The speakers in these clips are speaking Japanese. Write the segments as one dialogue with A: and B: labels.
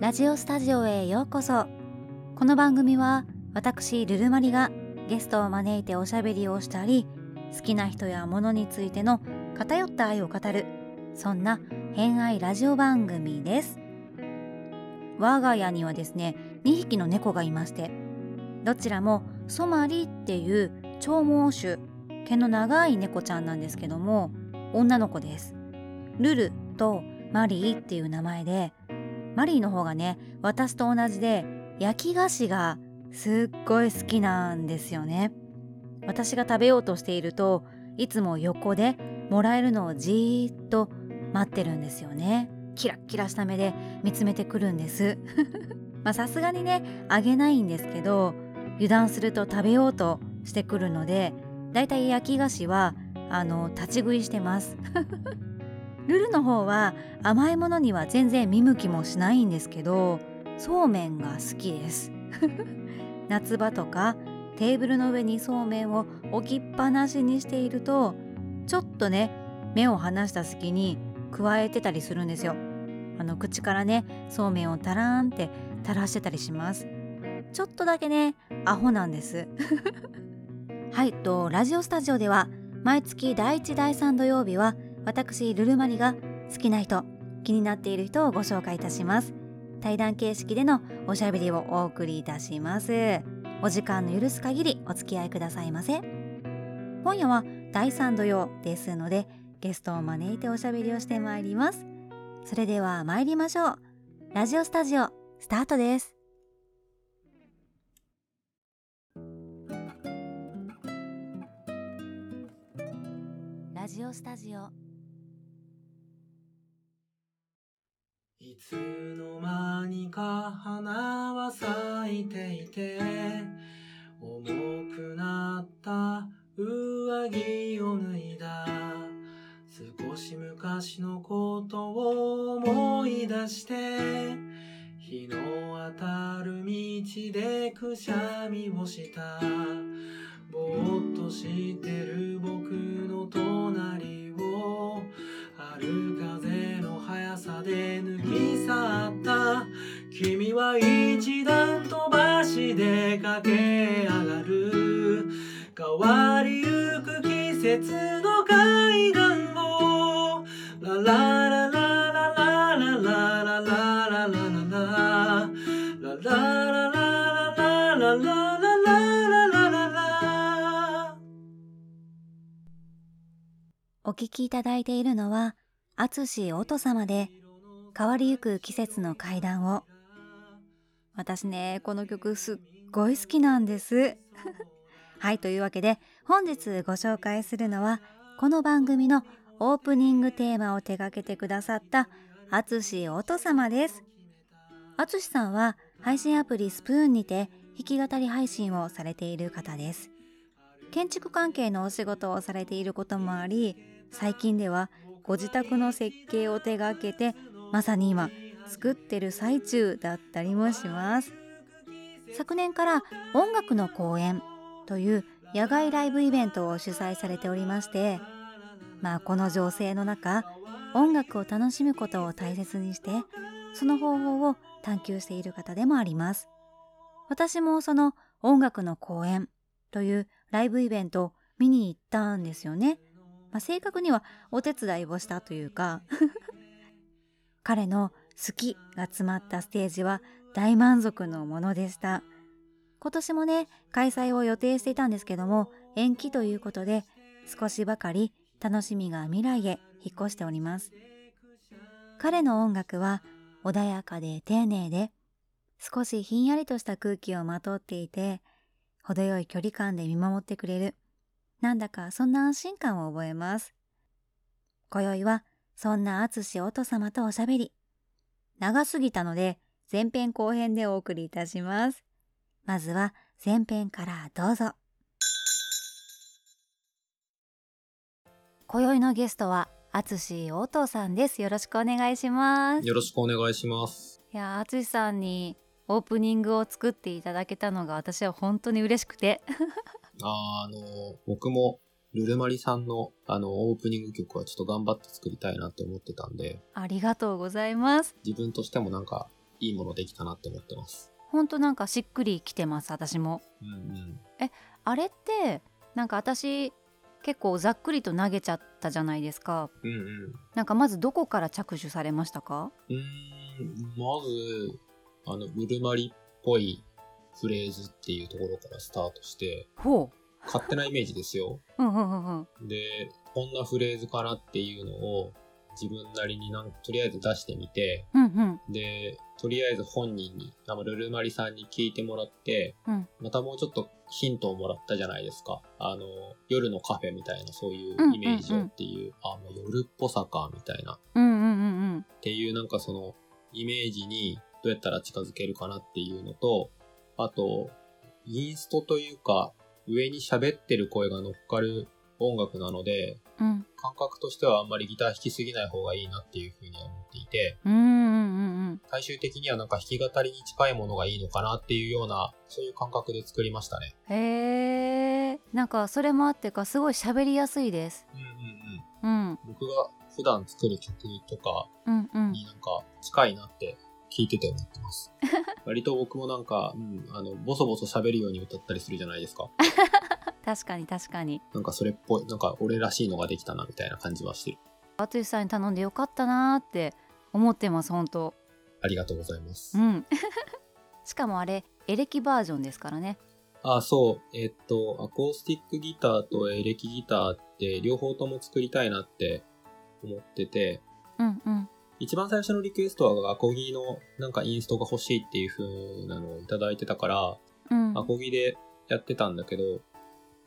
A: ラジオスタジオへようこそこの番組は私ルルマリがゲストを招いておしゃべりをしたり好きな人やものについての偏った愛を語るそんな偏愛ラジオ番組です我が家にはですね2匹の猫がいましてどちらもソマリっていう長毛種毛の長い猫ちゃんなんですけども女の子ですルルとマリーっていう名前でマリーの方がね私と同じで焼き菓子がすっごい好きなんですよね私が食べようとしているといつも横でもらえるのをじーっと待ってるんですよねキラッキラした目で見つめてくるんです まあさすがにねあげないんですけど油断すると食べようとしてくるのでだいたい焼き菓子はあの立ち食いしてます ルルの方は甘いものには全然見向きもしないんですけどそうめんが好きです 夏場とかテーブルの上にそうめんを置きっぱなしにしているとちょっとね目を離した隙に加えてたりするんですよあの口からねそうめんをタラーンって垂らしてたりしますちょっとだけねアホなんです はいとラジオスタジオでは毎月第1第3土曜日は私ルルマリが好きな人気になっている人をご紹介いたします対談形式でのおしゃべりをお送りいたしますお時間の許す限りお付き合いくださいませ今夜は第3土曜ですのでゲストを招いておしゃべりをしてまいりますそれでは参りましょうラジオスタジオスタートですラジオスタジオ
B: いつの間にか花は咲いていて重くなった上着を脱いだ少し昔のことを思い出して日の当たる道でくしゃみをしたぼーっとしてる僕の隣を春風の速さで抜き去った君は一段飛ばしで駆け上がる変わりゆく季節の階段をラララララララララララララララララララララララララ
A: お聞きいただいているのは淳音様で変わりゆく季節の階段を私ねこの曲すっごい好きなんです はいというわけで本日ご紹介するのはこの番組のオープニングテーマを手掛けてくださった淳音様です淳さんは配信アプリスプーンにて弾き語り配信をされている方です建築関係のお仕事をされていることもあり最近ではご自宅の設計を手掛けてまさに今作ってる最中だったりもします昨年から音楽の公演という野外ライブイベントを主催されておりましてまあこの情勢の中音楽を楽しむことを大切にしてその方法を探求している方でもあります私もその音楽の公演というライブイベントを見に行ったんですよね、まあ、正確にはお手伝いをしたというか彼の好きが詰まったステージは大満足のものでした今年もね開催を予定していたんですけども延期ということで少しばかり楽しみが未来へ引っ越しております彼の音楽は穏やかで丁寧で少しひんやりとした空気をまとっていて程よい距離感で見守ってくれるなんだかそんな安心感を覚えます今宵はそんな淳音様とおしゃべり長すぎたので前編後編でお送りいたしますまずは前編からどうぞ今宵のゲストは淳音さんですよろしくお願いします
B: よろしくお願いします。
A: いやー淳さんにオープニングを作っていただけたのが私は本当に嬉しくて
B: あーあのー、僕も、ルルマリさんの、あの、オープニング曲はちょっと頑張って作りたいなって思ってたんで、
A: ありがとうございます
B: 自分としてもなんか、
C: いいものできたなって思ってます。
A: ほんとなんかしっくりきてます私も
C: うんうん。
A: あれってなんか私結構ざっくりと投げちゃったじゃないですか
C: うんうん。
A: なんかまずどこから着手されましたか
C: うーん、まず、あの、うるまりっぽいフレーズっていうところからスタートして、
A: ほ
C: 勝手なイメージですよ。
A: ううんうんうんうん
C: で、こんなフレーズかなっていうのを自分なりになんとりあえず出してみて、
A: うんうん
C: で、とりあえず本人に、あの、ルルマリさんに聞いてもらって、
A: うん
C: またもうちょっとヒントをもらったじゃないですか。あの、夜のカフェみたいなそういう
A: うんうんうん
C: イメージをっていう、あ、もう夜っぽさか、みたいな。
A: うんうんうんうん
C: っていうなんかそのイメージにどうやったら近づけるかなっていうのと、あと、インストというか、上に喋ってる声が乗っかる音楽なので、
A: うん
C: 感覚としてはあんまりギター弾きすぎない方がいいなっていうふうには思っていて、
A: うんうんうんうん
C: 最終的にはなんか弾き語りに近いものがいいのかなっていうような、そういう感覚で作りましたね。
A: へえなんかそれもあってかすごい喋りやすいです
C: うんうんうん。
A: うん
C: 僕が普段作る曲とか、
A: うんうん
C: になんか近いなって聞いてて思って ます。割と僕もなんか、うん、あの、ボソボソ喋るように歌ったりするじゃないですか。
A: 確かに確かに
C: なんかそれっぽい、なんか俺らしいのができたなみたいな感じはしてる。
A: 淳さんに頼んでよかったなーって思ってます本当
C: ありがとうございます。
A: うん しかもあれエレキバージョンですからね
C: あ、そう。えっと、アコースティックギターとエレキギターって両方とも作りたいなって思ってて、
A: うんうん
C: 一番最初のリクエストはアコギのなんかインストが欲しいっていう風なのをいただいてたから、
A: うん
C: アコギでやってたんだけど、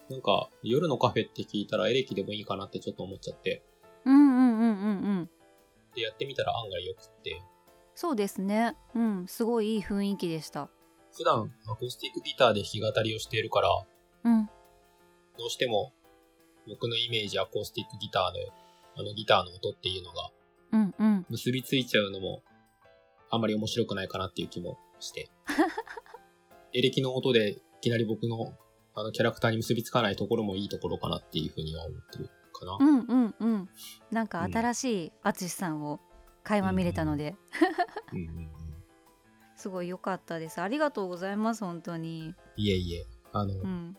C: なんか夜のカフェって聞いたらエレキでもいいかなってちょっと思っちゃって、
A: うんうんうんうんうん
C: で、やってみたら案外良くって、
A: そうですねうんすごいいい雰囲気でした
C: 普段アコースティックギターで弾き語りをしているから、
A: うん
C: どうしても僕のイメージアコースティックギターで、あのギターの音っていうのが
A: うんうん
C: 結びついちゃうのもあんまり面白くないかなっていう気も して。エレキの音でいきなり僕のあのキャラクターに結びつかないところもいいところかなっていうふうには思ってるかな。
A: うんうんうんなんか新しい淳さんを垣間見れたので、
C: うんうんうん
A: すごい良かったですありがとうございます本当に
C: いえいえ、あの、
A: うん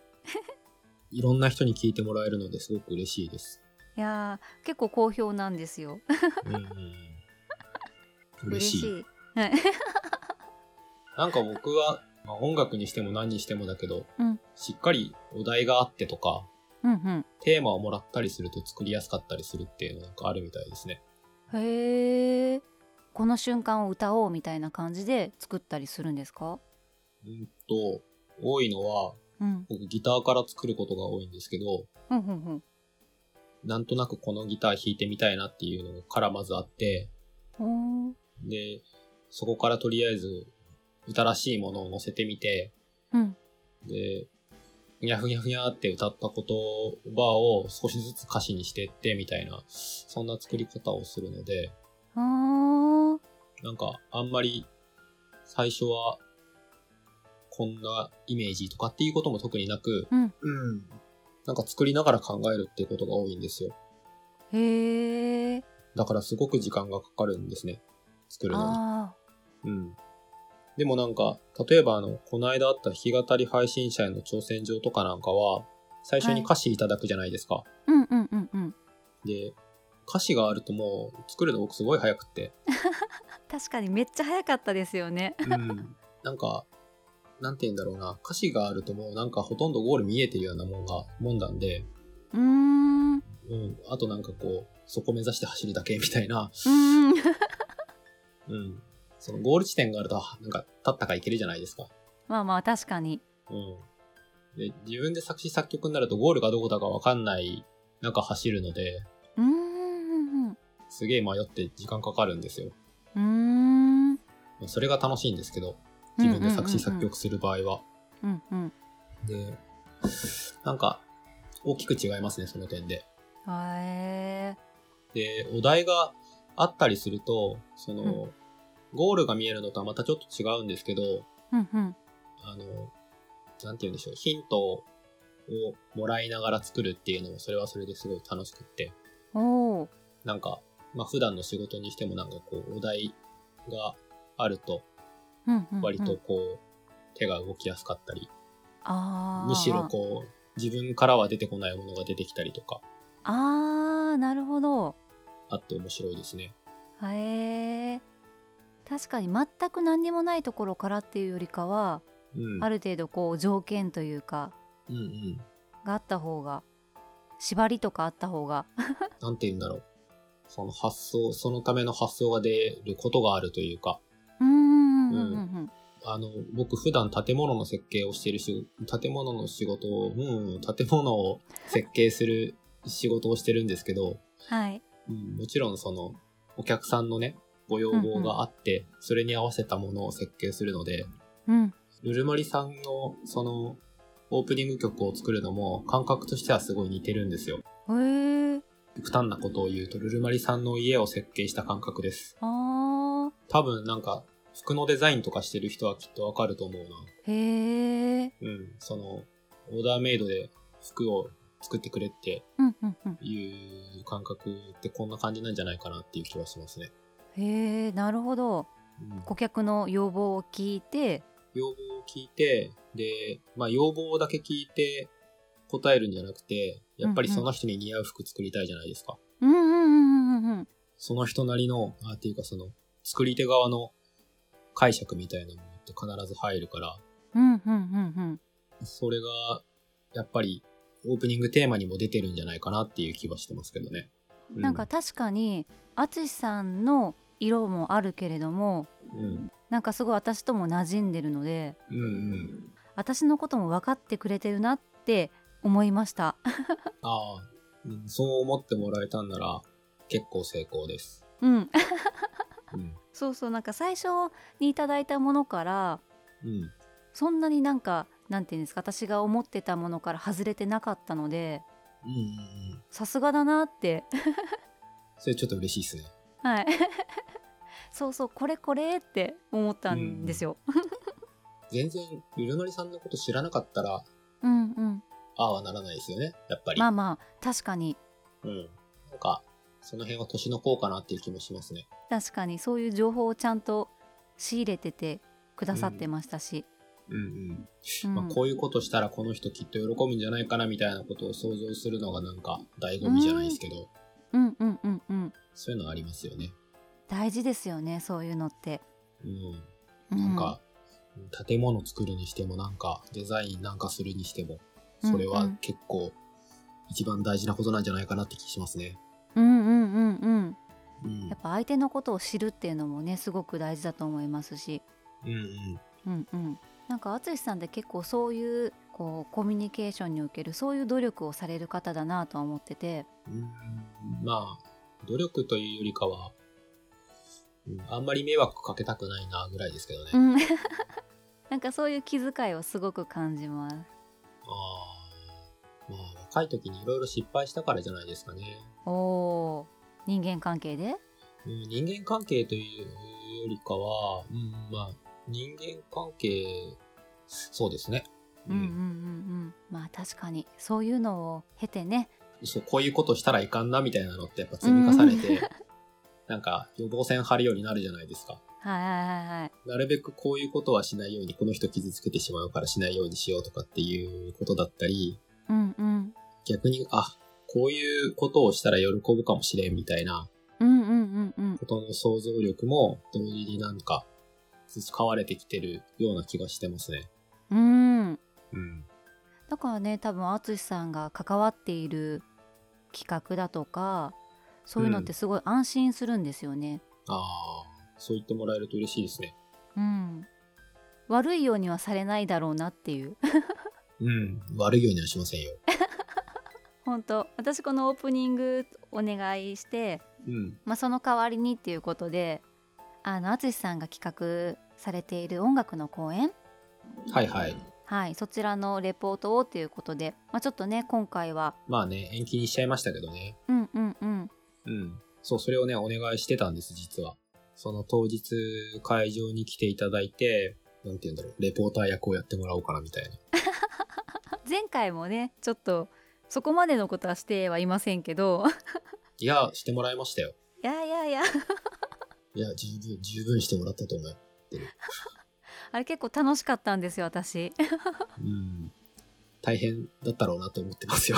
C: いろんな人に聞いてもらえるのですごく嬉しいです。
A: いやー結構好評なんですよ
C: うん、嬉
A: 嬉
C: し
A: し
C: い。
A: い
C: なんか僕は、まあ、音楽にしても何にしてもだけど、
A: うん
C: しっかりお題があってとか、
A: うん
C: テーマをもらったりすると作りやすかったりするっていうのなんかあるみたいですね。
A: うんへえこの瞬間を歌おうみたいな感じで作ったりするんですか
C: うんと、多いのは、
A: うん
C: 僕ギターから作ることが多いんですけど、
A: うんうんうん
C: なんとなくこのギター弾いてみたいなっていうのからまずあって、
A: おー
C: で、そこからとりあえず歌らしいものを乗せてみて、
A: うん
C: で、ふにゃふにゃふにゃって歌った言葉を少しずつ歌詞にしてってみたいな、そんな作り方をするので、
A: あー
C: なんかあんまり最初はこんなイメージとかっていうことも特になく、
A: うん
B: 嗯
C: なんか作りながら考えるってことが多いんですよ。
A: へえ
C: だからすごく時間がかかるんですね。作るのに。
A: あ
C: うん。でもなんか、例えばあの、この間あった弾き語り配信者への挑戦状とかなんかは、最初に歌詞いただくじゃないですか。
A: ーうんうんうんうん
C: で、歌詞があるともう作るの僕すごい早くって。
A: 確かにめっちゃ早かったですよね
C: うん。なんか、なんて言うんだろうな。歌詞があるともうなんかほとんどゴール見えてるようなもんが、もんなんで、
A: うーんう
C: うん。あとなんかこう、そこ目指して走るだけみたいな、
A: ーん
C: うん。そのゴール地点があると、あなんか立ったかいけるじゃないですか。
A: まあまあ確かに
C: うん。で、自分で作詞作曲になるとゴールがどこだかわかんない中走るので、
A: うーんうんうん
C: すげえ迷って時間かかるんですよ。
A: うーん
C: まあそれが楽しいんですけど、自分で作詞
A: うんう
C: 作
A: んうんうん
C: 曲する場合は。
A: うんうん
C: で、なんか、大きく違いますね、その点で。
A: へえ
C: で、お題があったりすると、その、
A: う
C: ゴールが見えるのとはまたちょっと違うんですけど、
A: うんうん
C: あの、なんて言うんでしょう、ヒントをもらいながら作るっていうのも、それはそれですごい楽しくって、
A: おお
C: なんか、まあ普段の仕事にしてもなんかこう、お題があると、
A: うんうんうん
C: 割とこう、手が動きやすかったり、
A: あー
C: むしろこう、自分からは出てこないものが出てきたりとか、
A: あーなるほど
C: あって面白いですね。
A: へえ確かに全く何にもないところからっていうよりかは、
C: うん。
A: ある程度こう条件というか
C: うんうん。
A: があった方が縛りとかあった方が
C: なんて言うんだろう。その発想、そのための発想が出ることがあるというか、
A: うーんうんうんうん
C: あの、僕普段建物の設計をしているし、建物の仕事を、うん、建物を設計する仕事をしてるんですけど、
A: はい
C: うん、もちろんその、お客さんのね、ご要望があって、それに合わせたものを設計するので、
A: うん
C: ルルマリさんの、その、オープニング曲を作るのも感覚としてはすごい似てるんですよ。
A: へえ
C: 極端なことを言うと、ルルマリさんの家を設計した感覚です。
A: あー
C: 多分なんか、服のデザインとかしてる人はきっとわかると思うな。
A: へえ
C: うん、その、オーダーメイドで服を作ってくれって
A: うんうんうん
C: いう感覚ってこんな感じなんじゃないかなっていう気はしますね。
A: へえなるほど
C: うん
A: 顧客の要望を聞いて
C: 要望を聞いて、で、まあ要望だけ聞いて答えるんじゃなくて、やっぱりその人に似合う服作りたいじゃないですか。
A: うんうんうんうんうんうん
C: その人なりの、あっていうかその、作り手側の解釈みたいなものって必ず入るから、
A: うんうんうんうん
C: それが、やっぱり、オープニングテーマにも出てるんじゃないかなっていう気はしてますけどね。う
A: なんか、確かに淳さんの色もあるけれども
C: うん、
A: なんかすごい私とも馴染んでるので
C: うん、うん。
A: 私のことも分かってくれてるなって思いました。
C: ああ、うんそう思ってもらえたんなら、結構成功です。
A: うん、
C: うん、
A: そうそうなんか最初にいただいたものから
C: うん、
A: そんなになんかなんていうんですか私が思ってたものから外れてなかったので
C: うん、うんうん。
A: さすがだなって、
C: それちょっと嬉しいですね。
A: はい、 そうそうこれこれって思ったんですよ。
C: 全然、ゆるのりさんのこと知らなかったら、
A: うんうん、
C: ああはならないですよね、やっぱり。
A: まあまあ確かに
C: うん。なんか、その辺は年の功かなっていう気もしますね。
A: 確かにそういう情報をちゃんと仕入れててくださってましたし、
C: うん
A: う
C: うん。
A: ん
C: まあ、こういうことしたらこの人きっと喜ぶんじゃないかなみたいなことを想像するのがなんか醍醐味じゃないですけど、
A: うんうんうんうん
C: そういうのありますよね。
A: 大事ですよねそういうのって。
C: うん。
A: う
C: なんか、建物作るにしてもなんかデザインなんかするにしてもそれ
A: うんう
C: は
A: ん
C: 結構一番大事なことなんじゃないかなって気しますね。
A: うんうんうんうん
C: うん
A: やっぱ相手のことを知るっていうのもねすごく大事だと思いますし、
C: うんうん
A: うんうん、なんか淳さんって結構そういうこうコミュニケーションにおけるそういう努力をされる方だなとは思ってて
C: うんまあ努力というよりかは、うんあんまり迷惑かけたくないなぐらいですけどね。
A: う
C: あ
A: んなんかそういう気遣いをすごく感じます。
C: ーまあ若い時にいろいろ失敗したからじゃないですかね。
A: おー人間関係で
C: うん人間関係というよりかは、うんまあ人間関係そうですね。
A: うんうんうんうんまあ確かにそういうのを経てね
C: そう、こういうことしたらいかんなみたいなのってやっぱ積み重ねて、 なんか予防線張るようになるじゃないですか。
A: はいはいはいはい
C: なるべくこういうことはしないように、この人傷つけてしまうからしないようにしようとかっていうことだったり、
A: うんうん
C: 逆に、あ、こういうことをしたら喜ぶかもしれんみたいな
A: うんうんうんうん
C: ことの想像力も同時になんか培われてきてるような気がしてますね。
A: うん
C: うん。
A: だからね多分淳さんが関わっている企画だとかそういうのってすごい安心するんですよね。
C: ああ、そう言ってもらえると嬉しいですね。
A: うん、悪いようにはされないだろうなっていう
C: うん。悪いようにはしませんよ。
A: 本当私このオープニングお願いして、
C: うん。
A: まあ、その代わりにっていうことであの淳さんが企画されている音楽の公演
C: はいはい。
A: はい、そちらのレポートをということで、まあ、ちょっとね今回は
C: まあね、延期にしちゃいましたけどね。
A: うんうんうん
C: うん。そう、それをね、お願いしてたんです、実は。その当日、会場に来ていただいて、なんて言うんだろう、レポーター役をやってもらおうかな、みたいな。
A: 前回もねちょっとそこまでのことはしてはいませんけど
C: いや、してもらいましたよ。
A: いやいやいや
C: いや、十分、十分してもらったと思う。
A: あれ結構楽しかったんですよ、私。
C: うん。大変だったろうなと思ってますよ。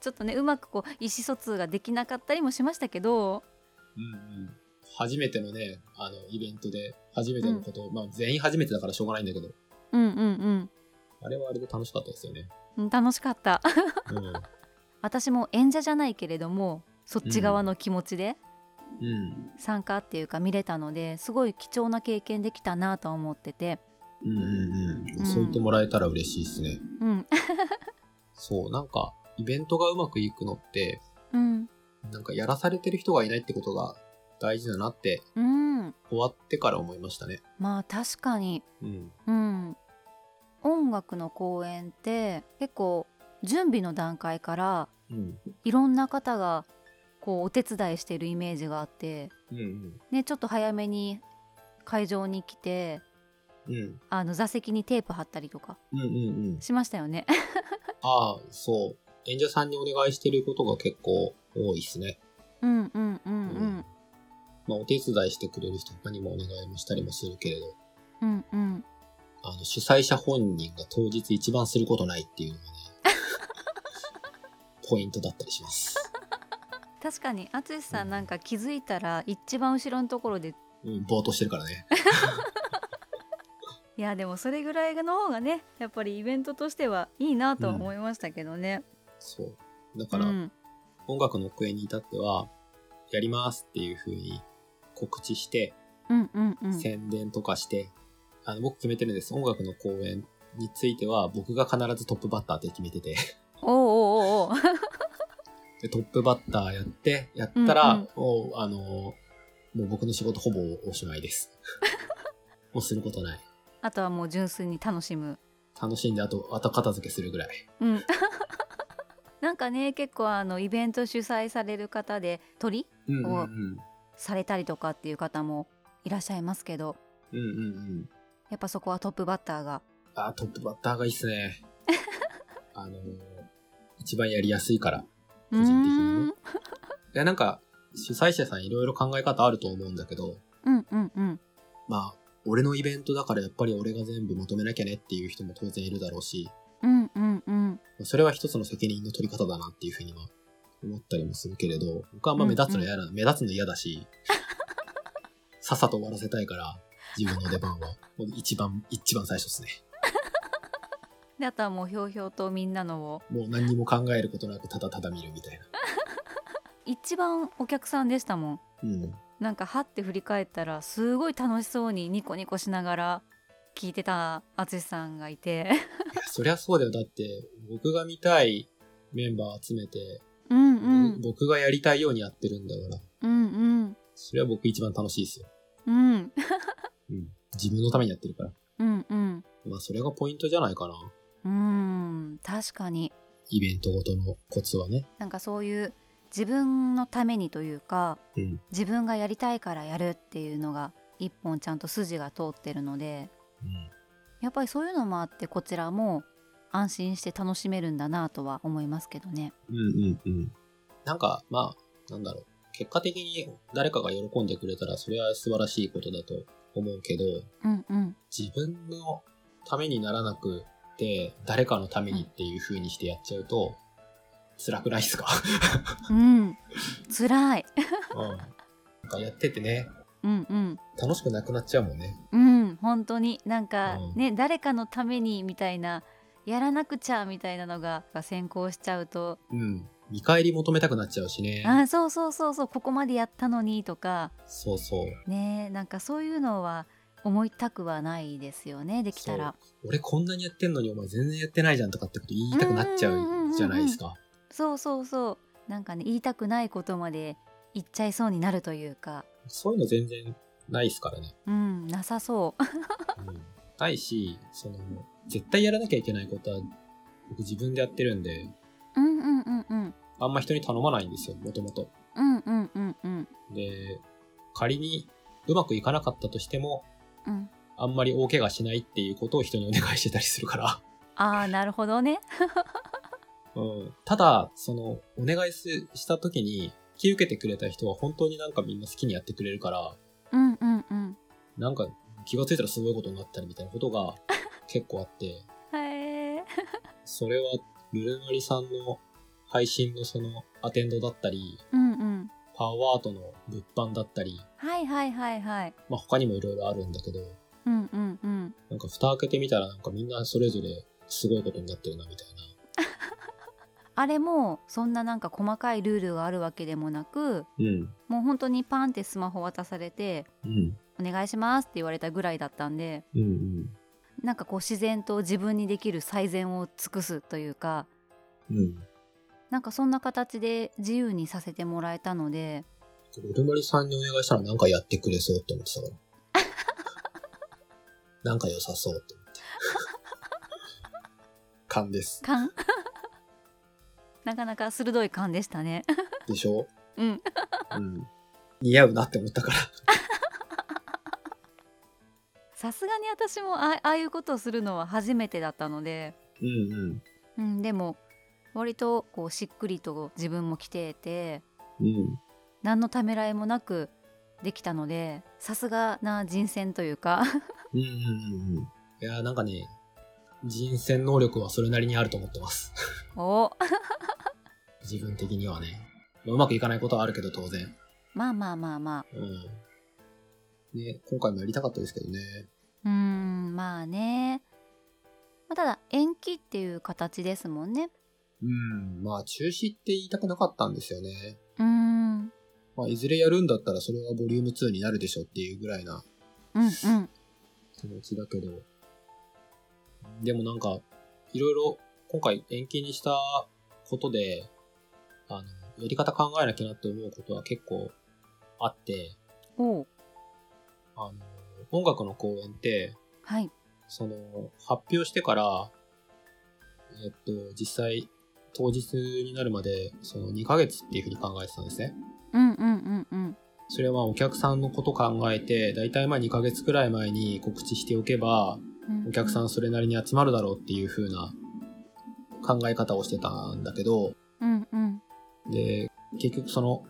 A: ちょっとね、うまくこう、意思疎通ができなかったりもしましたけど、
C: うんうん。初めてのね、あの、イベントで、初めてのことを、まあ全員初めてだからしょうがないんだけど、
A: うんうん
C: あれはあれで楽しかったですよね。
A: うんうん。楽しかった。
C: うん。
A: 私も演者じゃないけれども、そっち側の気持ちで
C: うん。
A: 参加っていうか見れたので、すごい貴重な経験できたなとは思ってて。
C: うんうんうん。そう言ってもらえたら嬉しいですね。
A: うん。
C: そう、なんか、イベントがうまくいくのって、
A: うん。
C: なんかやらされてる人がいないってことが大事だなって、
A: うん。
C: 終わってから思いましたね。
A: まあ確かに
C: うん。
A: うん、音楽の公演って結構準備の段階から
C: うん。
A: いろんな方がこうお手伝いしてるイメージがあって、
C: うんうん。
A: ね、ちょっと早めに会場に来て
C: うん。
A: あの座席にテープ貼ったりとか
C: うんうんうん。
A: しましたよね。
C: ああ、そう。演者さんにお願いしてることが結構多いですね。
A: うんうんうん
C: まあ、お手伝いしてくれる人他にもお願いもしたりもするけれど、
A: うんうんうん
C: あの、主催者本人が当日一番することないっていう のがね、ポイントだったりします。
A: 確かに淳さんなんか気づいたら一番後ろのところで
C: うん、ぼーっとしてるからね。
A: いやでもそれぐらいの方がねやっぱりイベントとしてはいいなとは思いましたけどね。
C: そう。だから、
A: うん
C: 音楽の声に至っては、やりますっていう風に告知して、
A: うんうんうん
C: 宣伝とかして、あの、僕決めてるんです。音楽の公演については、僕が必ずトップバッターって決めてて、
A: おうおうおうおう
C: でトップバッターやって、やったら、
A: うんうん
C: もう、あのーもう僕の仕事ほぼおしまい です。もうすることない。
A: あとはもう純粋に楽しむ
C: 楽しんで、あと、後片付けするぐらい。
A: うん なんかね結構あのイベント主催される方で鳥
C: うんうん
A: お
C: うん。
A: されたりとかっていう方もいらっしゃいますけど
C: うんうんうん。
A: やっぱそこはトップバッターが
C: あー、トップバッターがいいっす ね。あのー一番やりやすいから。個人的にねいや、なんか、主催者さんいろいろ考え方あると思うんだけど、
A: うーんうんうんうん
C: まあ、俺のイベントだからやっぱり俺が全部求めなきゃねっていう人も当然いるだろうし、
A: うんうんうん
C: それは一つの責任の取り方だなっていうふうには思ったりもするけれど、僕はあんま目立つの嫌な、目立つの嫌だし、 さっさと終わらせたいから、自分の出番は、もう一番、一番最初ですね。
A: であとはもうひょうひょうとみんなのを
C: もう何にも考えることなくただただ見るみたいな。
A: 一番お客さんでしたもん
C: うん。
A: なんかはって振り返ったらすごい楽しそうにニコニコしながら聞いてた淳さんがいて
C: いやそりゃそうだよ。だって、僕が見たいメンバー集めて、
A: うんうん
C: 僕がやりたいようにやってるんだか
A: う
C: ら、
A: んうん
C: それは僕一番楽しいですよ。
A: うん
C: うん。自分のためにやってるから。
A: うんうん
C: まあ、それがポイントじゃないかな。
A: うーん確かに
C: イベントごとのコツはね。
A: なんかそういう自分のためにというか
C: うん。
A: 自分がやりたいからやるっていうのが一本ちゃんと筋が通ってるので
C: うん。
A: やっぱりそういうのもあってこちらも安心して楽しめるんだなとは思いますけどね。
C: うんうんうん。なんか、まあ、なんだろう。結果的に誰かが喜んでくれたら、それは素晴らしいことだと思うけど、
A: うんうん
C: 自分のためにならなくて、誰かのためにっていう風にしてやっちゃうと、辛くないですか
A: うん辛い
C: うん。なんかやっててね、
A: うんうん
C: 楽しくなくなっちゃうもんね。
A: うん本当になんか
C: うん
A: ね、誰かのためにみたいなやらなくちゃみたいなのが先行しちゃうと、
C: うん。見返り求めたくなっちゃうしね。
A: あそうそうそうそうここまでやったのにとか
C: そうそう。
A: ねえなんかそういうのは思いたくはないですよねできたら
C: 俺こんなにやってんのにお前全然やってないじゃんとかってこと言いたくなっちゃうじゃないですか。
A: そうそうそうなんかね言いたくないことまで言っちゃいそうになるというか
C: そういうの全然ないですからね。
A: うんなさそう
C: うん、ないし、その、絶対やらなきゃいけないことは僕自分でやってるんで、
A: うんうんうんうん
C: あんま人に頼まないんですよ、もともと。
A: うんうんうんうん
C: で、仮にうまくいかなかったとしても、
A: うん
C: あんまり大怪我しないっていうことを人にお願いしてたりするから。
A: ああなるほどね
C: うん、ただ、その、お願いすした時に、引き受けてくれた人は本当になんかみんな好きにやってくれるから、
A: うんうんうん
C: なんか気がついたらすごいことになったりみたいなこと が結構あって、
A: へえ。
C: それはルルマリさんの配信のそのアテンドだったり、
A: うんうん。
C: パワーアートの物販だったり、
A: はいはいはいはい。
C: まあ他にもいろいろあるんだけど、
A: うんうんうん。
C: なんか蓋開けてみたらなんかみんなそれぞれすごいことになってるなみたいな。
A: あれもそんななんか細かいルールがあるわけでもなく、
C: うん。
A: もう本当にパンってスマホ渡されて、
C: うん。
A: お願いしますって言われたぐらいだったんで、
C: うんうん。
A: なんかこう自然と自分にできる最善を尽くすというか、
C: うん。
A: なんかそんな形で自由にさせてもらえたので、
C: ルルマリさんにお願いしたらなんかやってくれそうって思ってたから。 なんか良さそうって思って。勘です。
A: 勘 なかなか鋭い勘でしたね。
C: でしょ
A: うん。
C: うん。似合うなって思ったから。
A: さすがに私もあああいうことをするのは初めてだったので、
C: うんうん。
A: うん、でも割とこうしっくりと自分も来てて
C: うん。
A: 何のためらいもなくできたのでさすがな人選というか
C: うんうんうんうん。いやーなんかね、人選能力はそれなりにあると思ってます。
A: お
C: 自分的にはね。まあうまくいかないことはあるけど当然。
A: まあまあまあまあ
C: うん。ね、今回もやりたかったですけどね。
A: うーんまあね、まあ、ただ延期っていう形ですもんね
C: うん。まあ中止って言いたくなかったんですよね。
A: うーんうん
C: まあいずれやるんだったらそれはボリューム2になるでしょっていうぐらいな
A: うん
C: 気持ちだけど。でもなんか、いろいろ今回延期にしたことで、あの、やり方考えなきゃなって思うことは結構あって、
A: おう
C: あの、音楽の公演って、
A: はい
C: その、発表してから、えっと、実際、当日になるまで、その2ヶ月っていうふうに考えてたんですね。
A: うんうんうんうん
C: それはお客さんのこと考えて、だいたいまあ2ヶ月くらい前に告知しておけば、
A: うん
C: お客さんそれなりに集まるだろうっていう風な考え方をしてたんだけど、
A: うんうん
C: で、結局その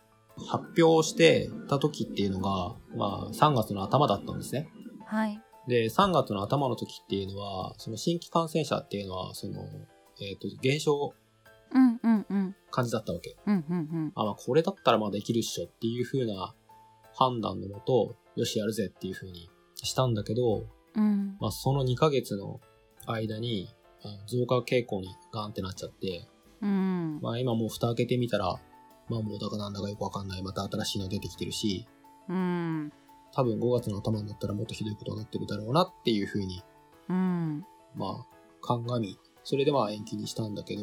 C: 発表してた時っていうのが、まあ3月の頭だったんですね。
A: はい
C: で、3月の頭の時っていうのは、その新規感染者っていうのは、その、えっ、と、減少
A: うんうんうん
C: 感じだったわけ。
A: うんうん
C: あ、まあこれだったらまあできるっしょっていう風な判断のもと、よしやるぜっていう風にしたんだけど、
A: うんうん
C: まあ、その2ヶ月の間に、あの増加傾向にガンってなっちゃって、
A: うん
C: まあ、今もう蓋開けてみたら、まあ、もうだかなんだかよくわかんない、また新しいの出てきてるし、
A: うん
C: 多分5月の頭になったらもっとひどいことになってるだろうなっていうふうに、
A: うん
C: まあ、鑑み、それでまあ延期にしたんだけど、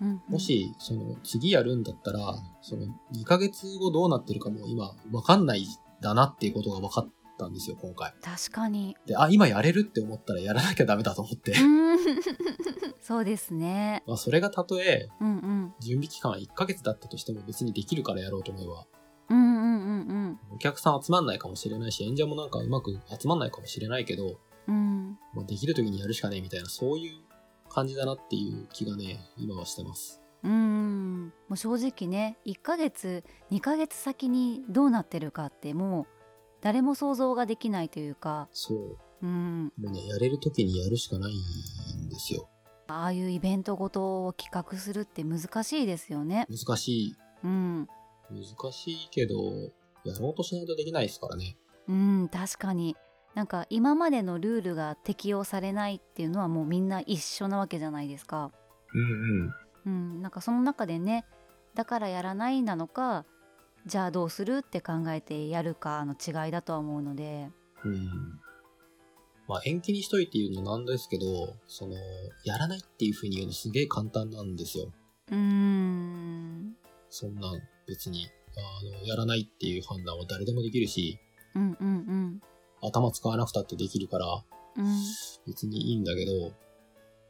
A: うん
C: もし、その、次やるんだったら、その、2ヶ月後どうなってるかもう今、わかんないだなっていうことが分かったんですよ、今回。
A: 確かに
C: で、あ、今やれるって思ったらやらなきゃダメだと思って。
A: うん そうですね
C: まあ、それがたとえ、
A: うんうん
C: 準備期間は1ヶ月だったとしても別にできるからやろうと思えば、
A: うんうんうん
C: お客さん集まんないかもしれないし、演者もなんかうまく集まんないかもしれないけど、
A: うん
C: まあ、できる時にやるしかねえみたいな、そういう感じだなっていう気がね、今はしてます。
A: うんうんもう正直ね1ヶ月2ヶ月先にどうなってるかってもう誰も想像ができないというか、
C: そう。
A: うん、
C: もうね、やれる時にやるしかないんですよ。
A: ああいうイベントごとを企画するって難しいですよね。
C: 難しい。
A: うん、
C: 難しいけど、やろうとしないとできないですからね。
A: うん、確かになんか今までのルールが適用されないっていうのはもうみんな一緒なわけじゃないですか。
C: うんうん。
A: うん、なんかその中でねだからやらないなのかじゃあどうするって考えてやるかの違いだとは思うので
C: うん。まあ、延期にしといて言うのなんですけど、その、やらないっていう風に言うのすげえ簡単なんですよ。
A: うーん
C: そんなん別に、あの、やらないっていう判断は誰でもできるし、
A: うんうんうん
C: 頭使わなくたってできるから、
A: うん
C: 別にいいんだけど、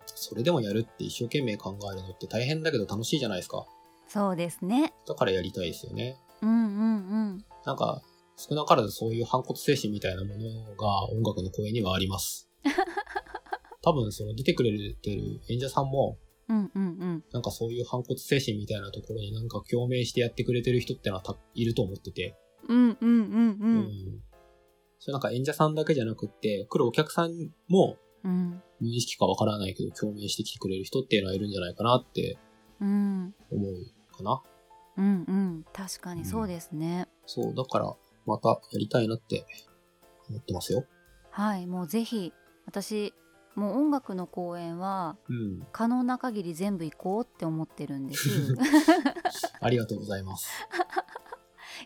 C: それでもやるって一生懸命考えるのって大変だけど楽しいじゃないですか。
A: そうですね
C: だからやりたいですよね。
A: うんうん
C: なんか、少なからずそういう反骨精神みたいなものが音楽の声にはあ ります。多分その出てくれてる演者さんも、
A: うんうんうんうん
C: なんかそういう反骨精神みたいなところになんか共鳴してやってくれてる人ってのはたいると思ってて、
A: うんうんうんう
C: うんんそれなんか演者さんだけじゃなくって、来るお客さんも
A: うん
C: 無意識かわからないけど共鳴してきてくれる人っていうのはいるんじゃないかなって
A: うん
C: 思うかな。
A: うんうん確かにそうですね、
C: そう、だからまたやりたいなって思ってますよ。
A: はいもうぜひ私もう音楽の公演は
C: うん。
A: 可能な限り全部行こうって思ってるんです
C: ありがとうございます。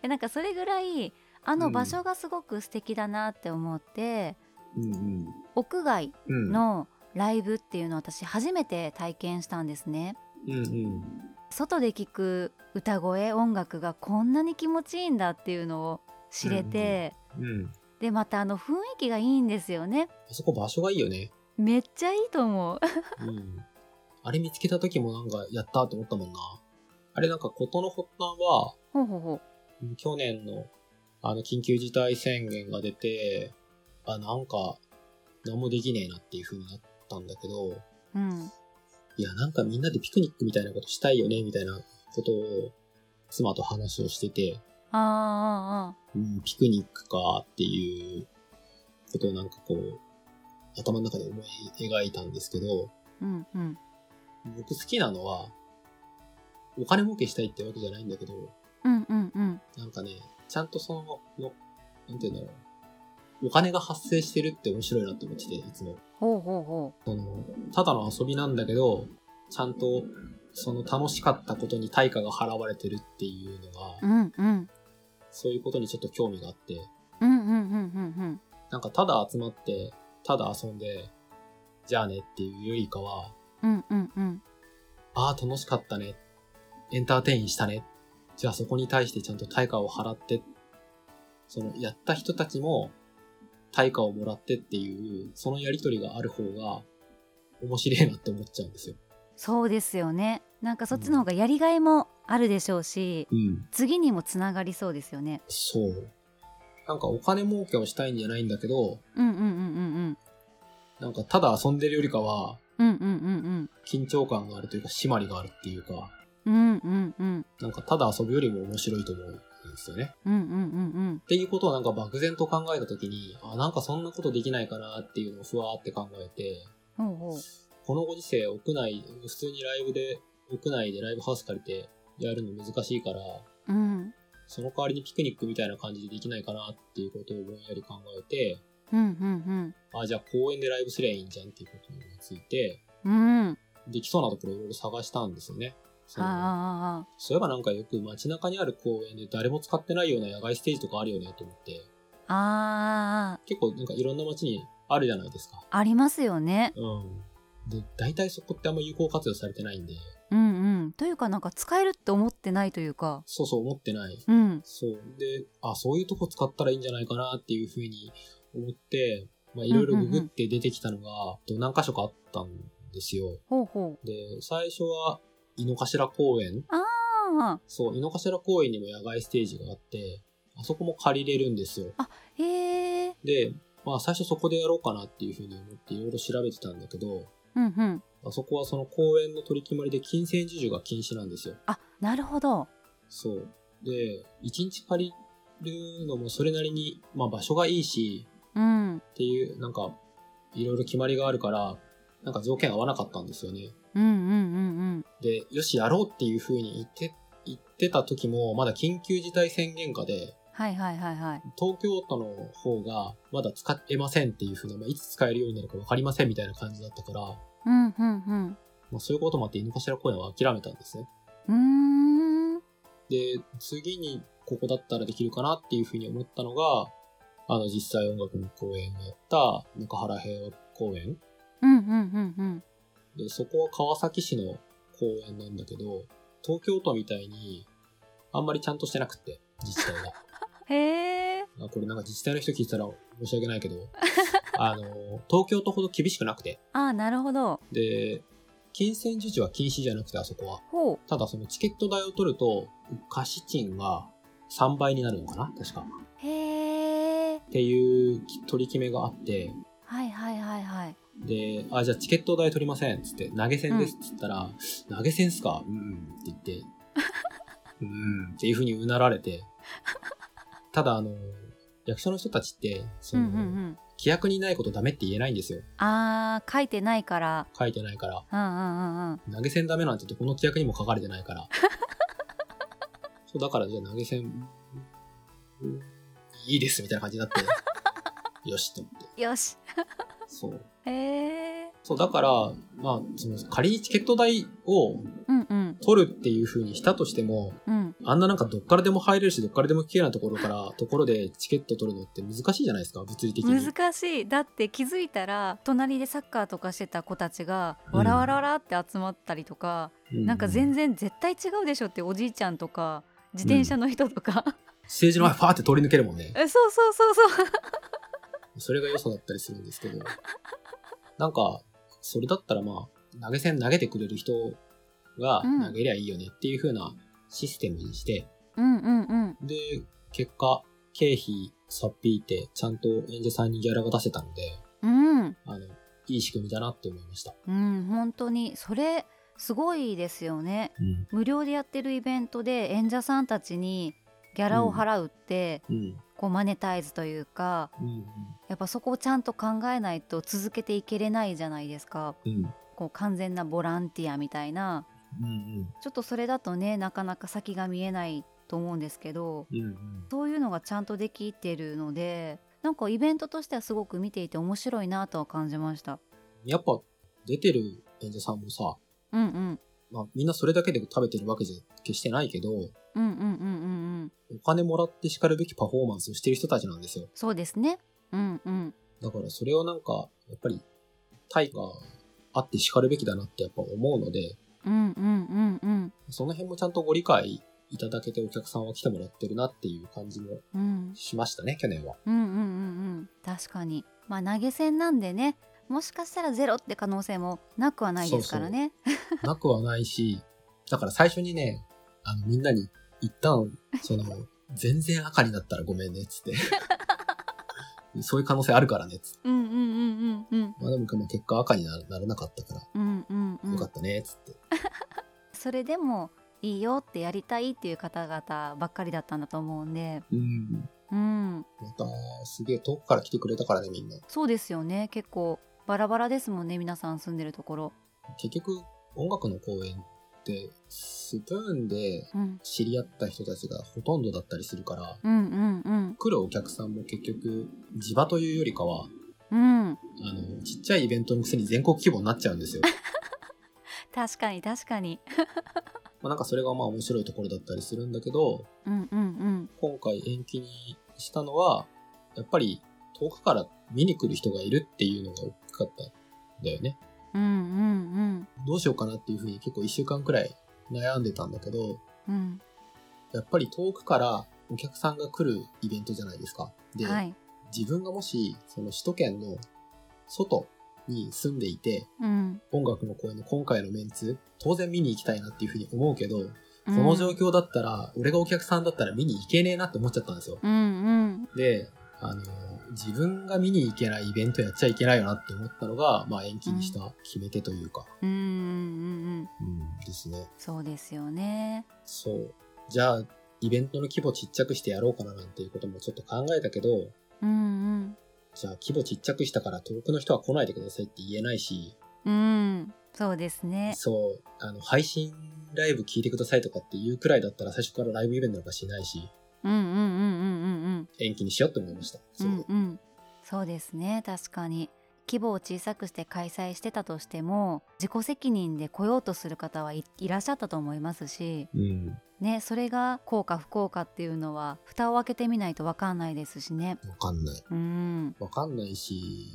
A: えなんかそれぐらいあの場所がすごく素敵だなって思って、
C: うんうん。
A: 屋外
C: うん。
A: のライブっていうのを私初めて体験したんですね
C: うんうん。
A: 外で聞く歌声音楽がこんなに気持ちいいんだっていうのを知れて、
C: うん。
A: でまたあの雰囲気がいいんですよね
C: あそこ場所がいいよね。
A: めっちゃいいと 思う
C: うん。あれ見つけた時もなんかやったと思ったもんな。あれなんかことの発端は、
A: ほうほうほう
C: うん去年のあの緊急事態宣言が出て、あ、なんか何もできねえなっていう風になったんだけど、
A: うん
C: いや、なんかみんなでピクニックみたいなことしたいよね、みたいなことを妻と話をしてて、
A: あ
C: うん、ピクニックかっていうことをなんかこう、頭の中で思い描いたんですけど、
A: ーあーあーうんうん
C: 僕好きなのは、お金儲けしたいってわけじゃないんだけど、
A: うんうんうん
C: なんかね、ちゃんとその、のなんて言うんだろう。お金が発生してるって面白いなって思ってて、いつも。
A: ほうほうほう
C: その、ただの遊びなんだけど、ちゃんと、その楽しかったことに対価が払われてるっていうのが、
A: うんうん
C: そういうことにちょっと興味があって、
A: うんうんうんうん
C: なんかただ集まって、ただ遊んで、じゃあねっていうよりかは、
A: うんうんうんうん
C: ああ、楽しかったね。エンターテインしたね。じゃあそこに対してちゃんと対価を払って、その、やった人たちも対価をもらってっていう、そのやりとりがある方が面白いなって思っちゃうんですよ。
A: そうですよねなんかそっちの方がやりがいもあるでしょうし
C: うん。
A: 次にもつながりそうですよね
C: そう。なんかお金儲けをしたいんじゃないんだけど、
A: うんうんうんうん
C: なんかただ遊んでるよりかは、
A: うんうんうん
C: 緊張感があるというか、締まりがあるっていうか、
A: うんうんうんうん
C: なんかただ遊ぶよりも面白いと思うんですよね。
A: うんうんうんうん
C: っていうことをなんか漠然と考えたときに、あ、なんかそんなことできないかなっていうのをふわーって考えて、
A: ほうほ
C: このご時世屋内、普通にライブで、屋内でライブハウス借りてやるの難しいから、
A: ううん
C: その代わりにピクニックみたいな感じでできないかなっていうことをぼんやり考えて、
A: うん
C: あ、じゃあ公園でライブすりゃいいんじゃんっていうことについて、
A: うんうんうん
C: できそうなところをいろいろ探したんですよね。その
A: ああああ
C: そういえばなんかよく街中にある公園で誰も使ってないような野外ステージとかあるよねと思って、
A: あ
C: 結構なんかいろんな街にあるじゃないですか。
A: あありますよね
C: うん。で、大体そこってあんま有効活用されてないんで、
A: うんうんというかなんか使えるって思ってないというか
C: そうそう思ってない。
A: うん
C: そう。で、あ、そういうとこ使ったらいいんじゃないかなっていうふうに思って、まあいろいろググって出てきたのが、と何箇所かあったんですよ。
A: ほうほう
C: で、最初は、井の頭公園。
A: ああ
C: そう、井の頭公園にも野外ステージがあって、あそこも借りれるんですよ。
A: へえ
C: で、まあ最初そこでやろうかなっていうふうに思っていろいろ調べてたんだけど、
A: うんうん
C: あそこはその公園の取り決まりで金銭授受が禁止なんですよ。
A: あなるほど
C: そう。で、一日借りるのもそれなりに、まあ場所がいいし、
A: うん
C: っていう、なんか、いろいろ決まりがあるから、なんか条件合わなかったんですよね。
A: うんうんうんうん
C: で、よし、やろうっていう風に言って、言ってた時も、まだ緊急事態宣言下で、
A: はいはいはいはい
C: 東京都の方がまだ使えませんっていう風な、まあ、いつ使えるようになるか分かりませんみたいな感じだったから、
A: うんうん
C: まあ、そういうこともあって、犬頭公園は諦めたんですね。
A: うんうーん
C: で、次にここだったらできるかなっていうふうに思ったのが、あの実際音楽の公演をやった中原平和公園。
A: うんうんうんうん
C: で、そこは川崎市の公園なんだけど、東京都みたいにあんまりちゃんとしてなくって、自治体が。
A: へえ
C: あこれなんか自治体の人聞いてたら申し訳ないけど、あの、東京都ほど厳しくなくて。
A: ああなるほど
C: で、金銭授受は禁止じゃなくて、あそこは。
A: ほう
C: ただそのチケット代を取ると、貸し賃が3倍になるのかな確か。
A: へえ
C: っていう取り決めがあって、
A: はいはいはいはい
C: で、あ、じゃあチケット代取りませんっつって、投げ銭ですっつったら、投げ銭っすかうんうんって 言って、うんっていうふうにうなられて、ただあの、役者の人たちって、そ
A: うんう
C: の、
A: ん
C: 規約にないことダメって言えないんですよ。
A: うん。あー、書いてないから。
C: 書いてないから。
A: うんうんうんうん。
C: 投げ銭ダメなんてどこの規約にも書かれてな いから。そうだからじゃあ投げ銭、いいですみたいな感じになって、よしって思って。
A: よし。
C: そう。
A: へえ。
C: そう、だから、まあ、その仮にチケット代を
A: うんうん
C: 取るっていう風にしたとしても、
A: うん。
C: あんななんかどっからでも入れるし、どっからでも聞けるようなところから、ところでチケット取るのって難しいじゃないですか、物理的に。
A: 難しいだって気づいたら隣でサッカーとかしてた子たちが
C: うん
A: わらわらわらって集まったりとか、
C: うん
A: なんか全然絶対違うでしょっておじいちゃんとか自転車の人と か、。
C: ステージの前、ファーって通り抜けるもんね
A: えそうそうそうそう
C: それが良さだったりするんですけど。なんか、それだったらまあ、投げ銭投げてくれる人が
A: うん
C: 投げりゃいいよねっていう風なシステムにして、
A: うんうんうん
C: で、結果、経費、さっぴいて、ちゃんと演者さんにギャラが出せたので、
A: うん
C: あの、いい仕組みだなって思いました。
A: うん本当にそれすごいですよね
C: うん。
A: 無料でやってるイベントで演者さんたちにギャラを払うって、
C: うん。
A: こうマネタイズというか
C: うん。
A: やっぱそこをちゃんと考えないと続けていけれないじゃないですか
C: うん。うん。
A: こう完全なボランティアみたいな
C: うん。
A: ちょっとそれだとねなかなか先が見えないと思うんですけど
C: うん。うん。
A: そういうのがちゃんとできてるのでなんかイベントとしてはすごく見ていて面白いなとは感じました。
C: やっぱ出てる演者さんもさ、
A: うんうん
C: まあ、みんなそれだけで食べてるわけじゃ決してないけど、お
A: うんうんうんうんうん
C: 金もらって叱るべきパフォーマンスをしてる人たちなんですよ。
A: そうですね。うんうん
C: だからそれをなんか、やっぱり、対価あって叱るべきだなってやっぱ思うので、
A: うんうんうんうん
C: その辺もちゃんとご理解いただけてお客さんは来てもらってるなっていう感じも
A: うん
C: しましたね、去年は。
A: うんうんうんうん確かにまあ投げ銭なんでねもしかしたらゼロって可能性もなくはないですからね
C: なくはないし、だから最初にね、あのみんなに一旦、 その、全然赤になったらごめんね、つって。そういう可能性あるからね、つって。
A: うんうんうんうん
C: まあでもまあ結果赤になならなかったから、
A: うんうんうんう
C: よか
A: ん
C: ったね、つって。
A: それでもいいよってやりたいっていう方々ばっかりだったんだと思うんで
C: うん。
A: うん
C: また、すげえ遠くから来てくれたからね、みんな。
A: そうですよね結構バラバラですもんね皆さん住んでるところ
C: 結局、音楽の公演って、スプーンで
A: うん
C: 知り合った人たちがほとんどだったりするから、
A: うんうん
C: 来るお客さんも結局、地場というよりかは、
A: うんうん
C: あの、ちっちゃいイベントのくせに全国規模になっちゃうんですよ。
A: 確かに確かに
C: まあ、なんかそれがまあ面白いところだったりするんだけど、
A: うんうんうん
C: 今回延期にしたのは、やっぱり遠くから見に来る人がいるっていうのが大きかったんだよね。
A: うんうん
C: どうしようかなっていうふうに結構一週間くらい悩んでたんだけど、
A: うん
C: やっぱり遠くからお客さんが来るイベントじゃないですか。
A: うん
C: で、
A: はい
C: 自分がもしその首都圏の外に住んでいて、
A: うん
C: 音楽の公演の今回のメンツ、当然見に行きたいなっていうふうに思うけど、
A: こ
C: この状況だったら、俺がお客さんだったら見に行けねえなって思っちゃったんですよ。
A: うんうん
C: で、あの、自分が見に行けないイベントやっちゃいけないよなって思ったのが、まあ延期にした決め手というか、
A: うんうんうんうん
C: うん、ですね。
A: そうですよね。
C: そう。じゃあ、イベントの規模ちっちゃくしてやろうかななんていうこともちょっと考えたけど、
A: うん
C: じゃあ規模ちっちゃくしたから遠くの人は来ないでくださいって言えないし、
A: うん。うん。そうですね。
C: そう、あの、配信ライブ聞いてくださいとかっていうくらいだったら最初からライブイベントなんかしないし、
A: うんうんうんうんうんうん。
C: 延期にしようって思いました。
A: う
C: それで
A: んうん。そうですね。確かに。規模を小さくして開催してたとしても自己責任で来ようとする方はいいらっしゃったと思いますし、
C: うん。
A: ね、それが効果不効果っていうのは蓋を開けてみないと分かんないですしね。
C: わかんない。
A: うん、
C: わかんないし、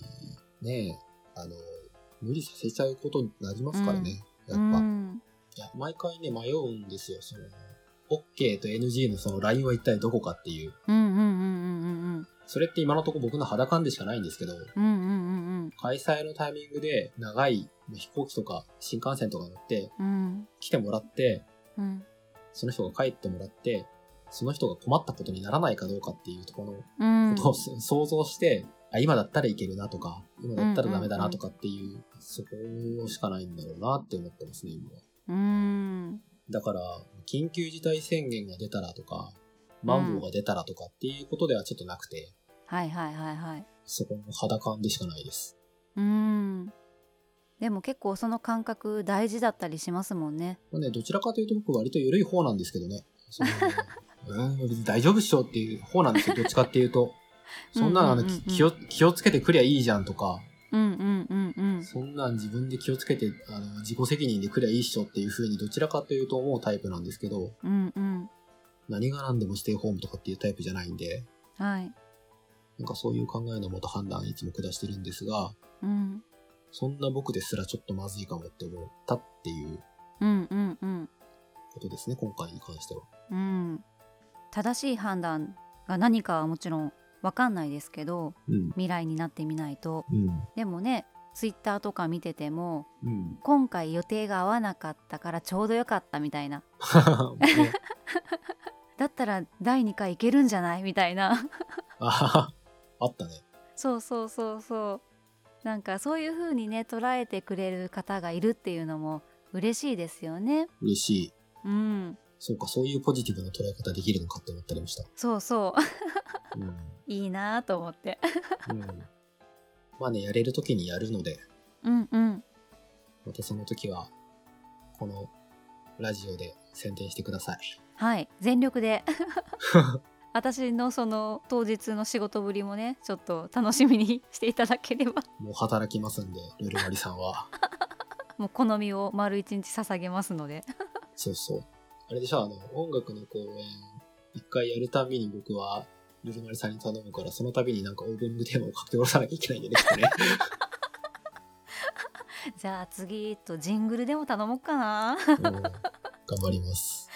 C: ねえ、あの、無理させちゃうことになりますからね、やっぱ。
A: うん、
C: いや、毎回ね、迷うんですよ、その、OK と NG のそのラインは一体どこかっていう。
A: うんうんうんうん
C: それって今のところ僕の肌感でしかないんですけど、
A: うんうんうんうん
C: 開催のタイミングで長い飛行機とか新幹線とか乗って
A: うんうん
C: 来てもらって、
A: うん
C: その人が帰ってもらって、その人が困ったことにならないかどうかっていうところの
A: うん
C: ことをそ想像して、あ、今だったらいけるなとか、今だったらダメだなとかっていう、そこしかないんだろうなって思ってますね、今は。
A: うん
C: だから、緊急事態宣言が出たらとか、マンボウが出たらとかっていうことではちょっとなくて、
A: はいはいはいはい。
C: そこの肌感でしかないです。
A: うーん。でも結構その感覚大事だったりしますもんね。
C: まあね、どちらかというと僕割と緩い方なんですけどね。 そのうん、別に大丈夫っしょっていう方なんですよ。どっちかっていう と。そんなのあの、
A: うんうんうんうん
C: き気を、気をつけてくりゃいいじゃんとか、
A: うんうんうんうん。
C: そんなん自分で気をつけて、あの、自己責任でくりゃいいっしょっていう風にどちらかというと思うタイプなんですけど、
A: うんうん。
C: 何が何でもステイホームとかっていうタイプじゃないんで、
A: はい。
C: なんかそういう考えのもと判断いつも下してるんですが、
A: うん。
C: そんな僕ですらちょっとまずいかもって思ったっていう
A: うんうんうん。
C: ことですね、今回に関しては。
A: うん、正しい判断が何かはもちろん分かんないですけど
C: うん。
A: 未来になってみないと
C: うん。
A: でもねツイッターとか見てても
C: うん。
A: 今回予定が合わなかったからちょうどよかったみたいな
C: ね
A: だったら第2回いけるんじゃないみたいな
C: あははあったね。
A: そうそうそうそうなんかそういう風にね捉えてくれる方がいるっていうのも嬉しいですよね
C: 嬉しい。
A: うん
C: そうか、そういうポジティブな捉え方できるのかって思ったりもした。
A: そうそう
C: うん。
A: いいなぁと思って
C: うん、まあね、やれる時にやるので、
A: うんうん
C: またその時は、このラジオで宣伝してください。
A: はい全力で私のその当日の仕事ぶりもねちょっと楽しみにしていただければ
C: もう働きますんで、ルルマリさんは。
A: もう好みを丸一日捧げますので
C: そうそう。あれでしょ、あの、音楽の公演、一回やるたびに僕は、ルルマリさんに頼むから、その度になんかオープニングテーマを書き下ろさなきゃいけないんでね、きっとね。
A: じゃあ次とジングルでも頼もうかな
C: うん頑張ります。